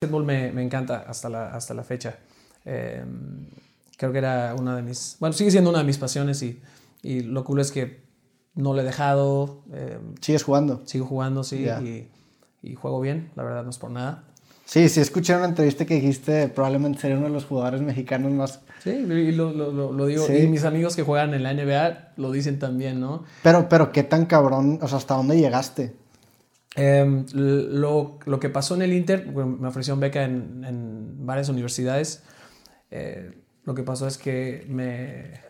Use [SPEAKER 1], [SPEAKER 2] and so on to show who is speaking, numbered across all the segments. [SPEAKER 1] básquetbol me, me encanta hasta la, hasta la fecha. Eh, creo que era una de mis, bueno, sigue siendo una de mis pasiones y, y lo cool es que no lo he dejado, eh,
[SPEAKER 2] ¿Sigues jugando?
[SPEAKER 1] sigo jugando, sí,
[SPEAKER 2] Ya.
[SPEAKER 1] y, y juego bien, la verdad no es por nada.
[SPEAKER 2] Sí, sí, escuché una entrevista que dijiste, probablemente sería uno de los jugadores mexicanos más...
[SPEAKER 1] Sí, y lo, lo- lo- lo digo,
[SPEAKER 2] Sí.
[SPEAKER 1] y mis amigos que juegan en la NBA lo dicen también, ¿no?
[SPEAKER 2] Pero, pero, ¿qué tan cabrón? O sea, ¿hasta dónde llegaste?
[SPEAKER 1] Em, lo, lo que pasó en el Inter, bueno, me ofrecieron beca en, en varias universidades. Eh, lo que pasó es que me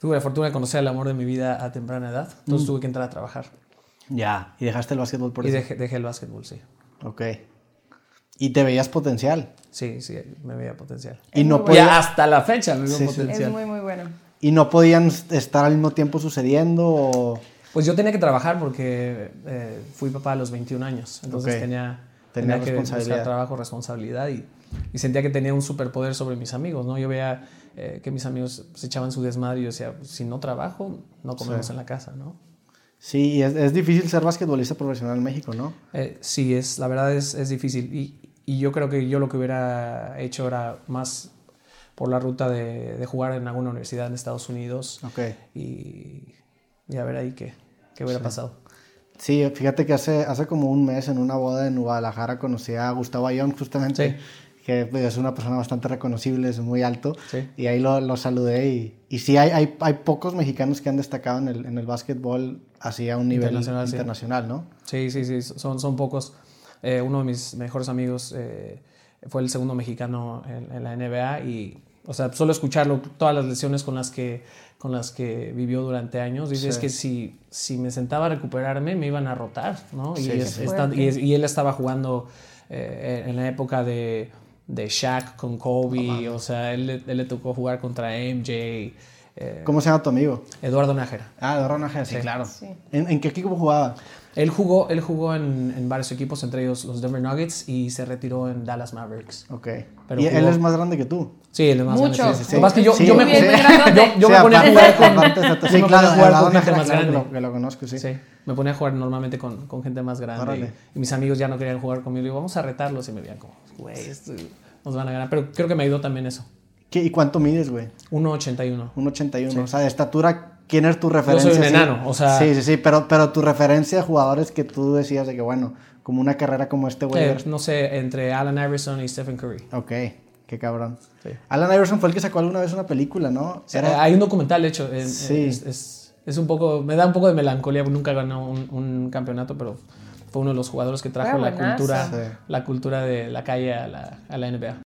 [SPEAKER 1] tuve la fortuna de conocer el amor de mi vida a temprana edad. Entonces tuve que entrar a trabajar.
[SPEAKER 2] Ya, y dejaste el básquetbol Mm. por
[SPEAKER 1] Y
[SPEAKER 2] eso.
[SPEAKER 1] dejé, dejé el básquetbol, sí.
[SPEAKER 2] Ok. Y te veías potencial.
[SPEAKER 1] Sí, sí, me veía potencial.
[SPEAKER 2] Y
[SPEAKER 3] Es
[SPEAKER 2] no,
[SPEAKER 3] muy
[SPEAKER 1] Y
[SPEAKER 3] Oye,
[SPEAKER 2] podía-
[SPEAKER 1] hasta la fecha me veo
[SPEAKER 2] Pues sí, sí.
[SPEAKER 3] Es
[SPEAKER 1] potencial.
[SPEAKER 3] muy, muy bueno.
[SPEAKER 2] y no podían estar al mismo tiempo sucediendo o
[SPEAKER 1] Pues yo tenía que trabajar porque eh, fui papá a los 21 años. Entonces
[SPEAKER 2] Ok.
[SPEAKER 1] tenía,
[SPEAKER 2] Tenía
[SPEAKER 1] tenía, que
[SPEAKER 2] responsabilidad.
[SPEAKER 1] buscar trabajo, responsabilidad y, y sentía que tenía un superpoder sobre mis amigos, ¿no? Yo veía eh, que mis amigos se echaban su desmadre y yo decía, si no trabajo, no comemos en la casa, ¿no?
[SPEAKER 2] Sí, y es, es difícil ser basquetbolista profesional en México, ¿no?
[SPEAKER 1] Eh, sí, es, la verdad es, es difícil. Y, y yo creo que yo lo que hubiera hecho era más por la ruta de, de jugar en alguna universidad en Estados Unidos
[SPEAKER 2] Ok.
[SPEAKER 1] y, y a ver ahí qué, qué hubiera pasado.
[SPEAKER 2] Sí, fíjate que hace, hace como un mes en una boda en Guadalajara conocí a Gustavo Ayón, justamente, que pues, es una persona bastante reconocible, es muy alto,
[SPEAKER 1] Sí.
[SPEAKER 2] y ahí lo, lo saludé. Y, y sí, hay, hay, hay pocos mexicanos que han destacado en el, en el básquetbol así a un nivel internacional,
[SPEAKER 1] Internacional, sí.
[SPEAKER 2] ¿no?
[SPEAKER 1] Sí, sí, sí, son, son pocos. Eh, uno de mis mejores amigos eh, fue el segundo mexicano en, en la NBA y, o sea, solo escucharlo, todas las lesiones con las que, con las que vivió durante años, dice es que si, si me sentaba a recuperarme me iban a rotar, ¿no? Y,
[SPEAKER 2] Sí,
[SPEAKER 1] es-
[SPEAKER 2] sí.
[SPEAKER 1] está- y es- y él estaba jugando eh, en la época de, de Shaq con Kobe, o sea, él, le- él le tocó jugar contra MJ, eh,
[SPEAKER 2] ¿Cómo se llama tu amigo?
[SPEAKER 1] Eduardo Nájera.
[SPEAKER 2] Ah, de Ronaje, sí, claro.
[SPEAKER 3] Sí.
[SPEAKER 2] ¿En, en qué equipo jugaba?
[SPEAKER 1] Él jugó, él jugó en, en varios equipos, entre ellos los Denver Nuggets, y se retiró en Dallas Mavericks.
[SPEAKER 2] Ok.
[SPEAKER 1] Pero
[SPEAKER 2] y él
[SPEAKER 1] jugó-
[SPEAKER 2] es más grande que tú.
[SPEAKER 1] Sí, él es más
[SPEAKER 3] Mucho.
[SPEAKER 1] grande, sí,
[SPEAKER 2] Sí,
[SPEAKER 1] Lo más que yo,
[SPEAKER 2] sí.
[SPEAKER 1] yo me,
[SPEAKER 2] Muy bien,
[SPEAKER 1] ponía-
[SPEAKER 3] muy grandote.
[SPEAKER 1] yo- yo me
[SPEAKER 2] Sí,
[SPEAKER 1] ponía a
[SPEAKER 2] aparte-
[SPEAKER 1] jugar con,
[SPEAKER 2] aparte, exacto.
[SPEAKER 1] yo
[SPEAKER 2] Sí,
[SPEAKER 1] me
[SPEAKER 2] claro,
[SPEAKER 1] ponía a jugar
[SPEAKER 2] Eduardo
[SPEAKER 1] con gente
[SPEAKER 2] Nájera,
[SPEAKER 1] más
[SPEAKER 2] claro que
[SPEAKER 1] grande.
[SPEAKER 2] lo, que lo conozco, sí.
[SPEAKER 1] Sí, me ponía a jugar normalmente con, con gente más grande.
[SPEAKER 2] Órale.
[SPEAKER 1] Y, y mis amigos ya no querían jugar conmigo. Digo, vamos a retarlos. Y me veían como, güey, esto- nos van a ganar. Pero creo que me ayudó también eso.
[SPEAKER 2] ¿Qué- ¿Y cuánto mides, güey?
[SPEAKER 1] 1.81.
[SPEAKER 2] Un 81. O sea, de estatura, ¿quién es tu referencia?
[SPEAKER 1] soy un
[SPEAKER 2] Sí.
[SPEAKER 1] enano, o sea-
[SPEAKER 2] Sí, sí, sí, pero, pero tu referencia de jugadores que tú decías de que, bueno, como una carrera como este, güey.
[SPEAKER 1] Eh, no sé, entre Allen Iverson y Stephen Curry.
[SPEAKER 2] Ok, qué cabrón.
[SPEAKER 1] Sí.
[SPEAKER 2] Alan Iverson fue el que sacó alguna vez una película, ¿no?
[SPEAKER 1] Eh,
[SPEAKER 2] Era-
[SPEAKER 1] Hay un documental hecho. en- en-
[SPEAKER 2] Sí.
[SPEAKER 1] es, es- es un poco, me da un poco de melancolía. porque Nunca ganó un, un campeonato, pero fue uno de los jugadores que trajo
[SPEAKER 3] Fue
[SPEAKER 1] la
[SPEAKER 3] buenazo.
[SPEAKER 1] cultura,
[SPEAKER 2] Sí.
[SPEAKER 1] la cultura de la calle a la, a la NBA.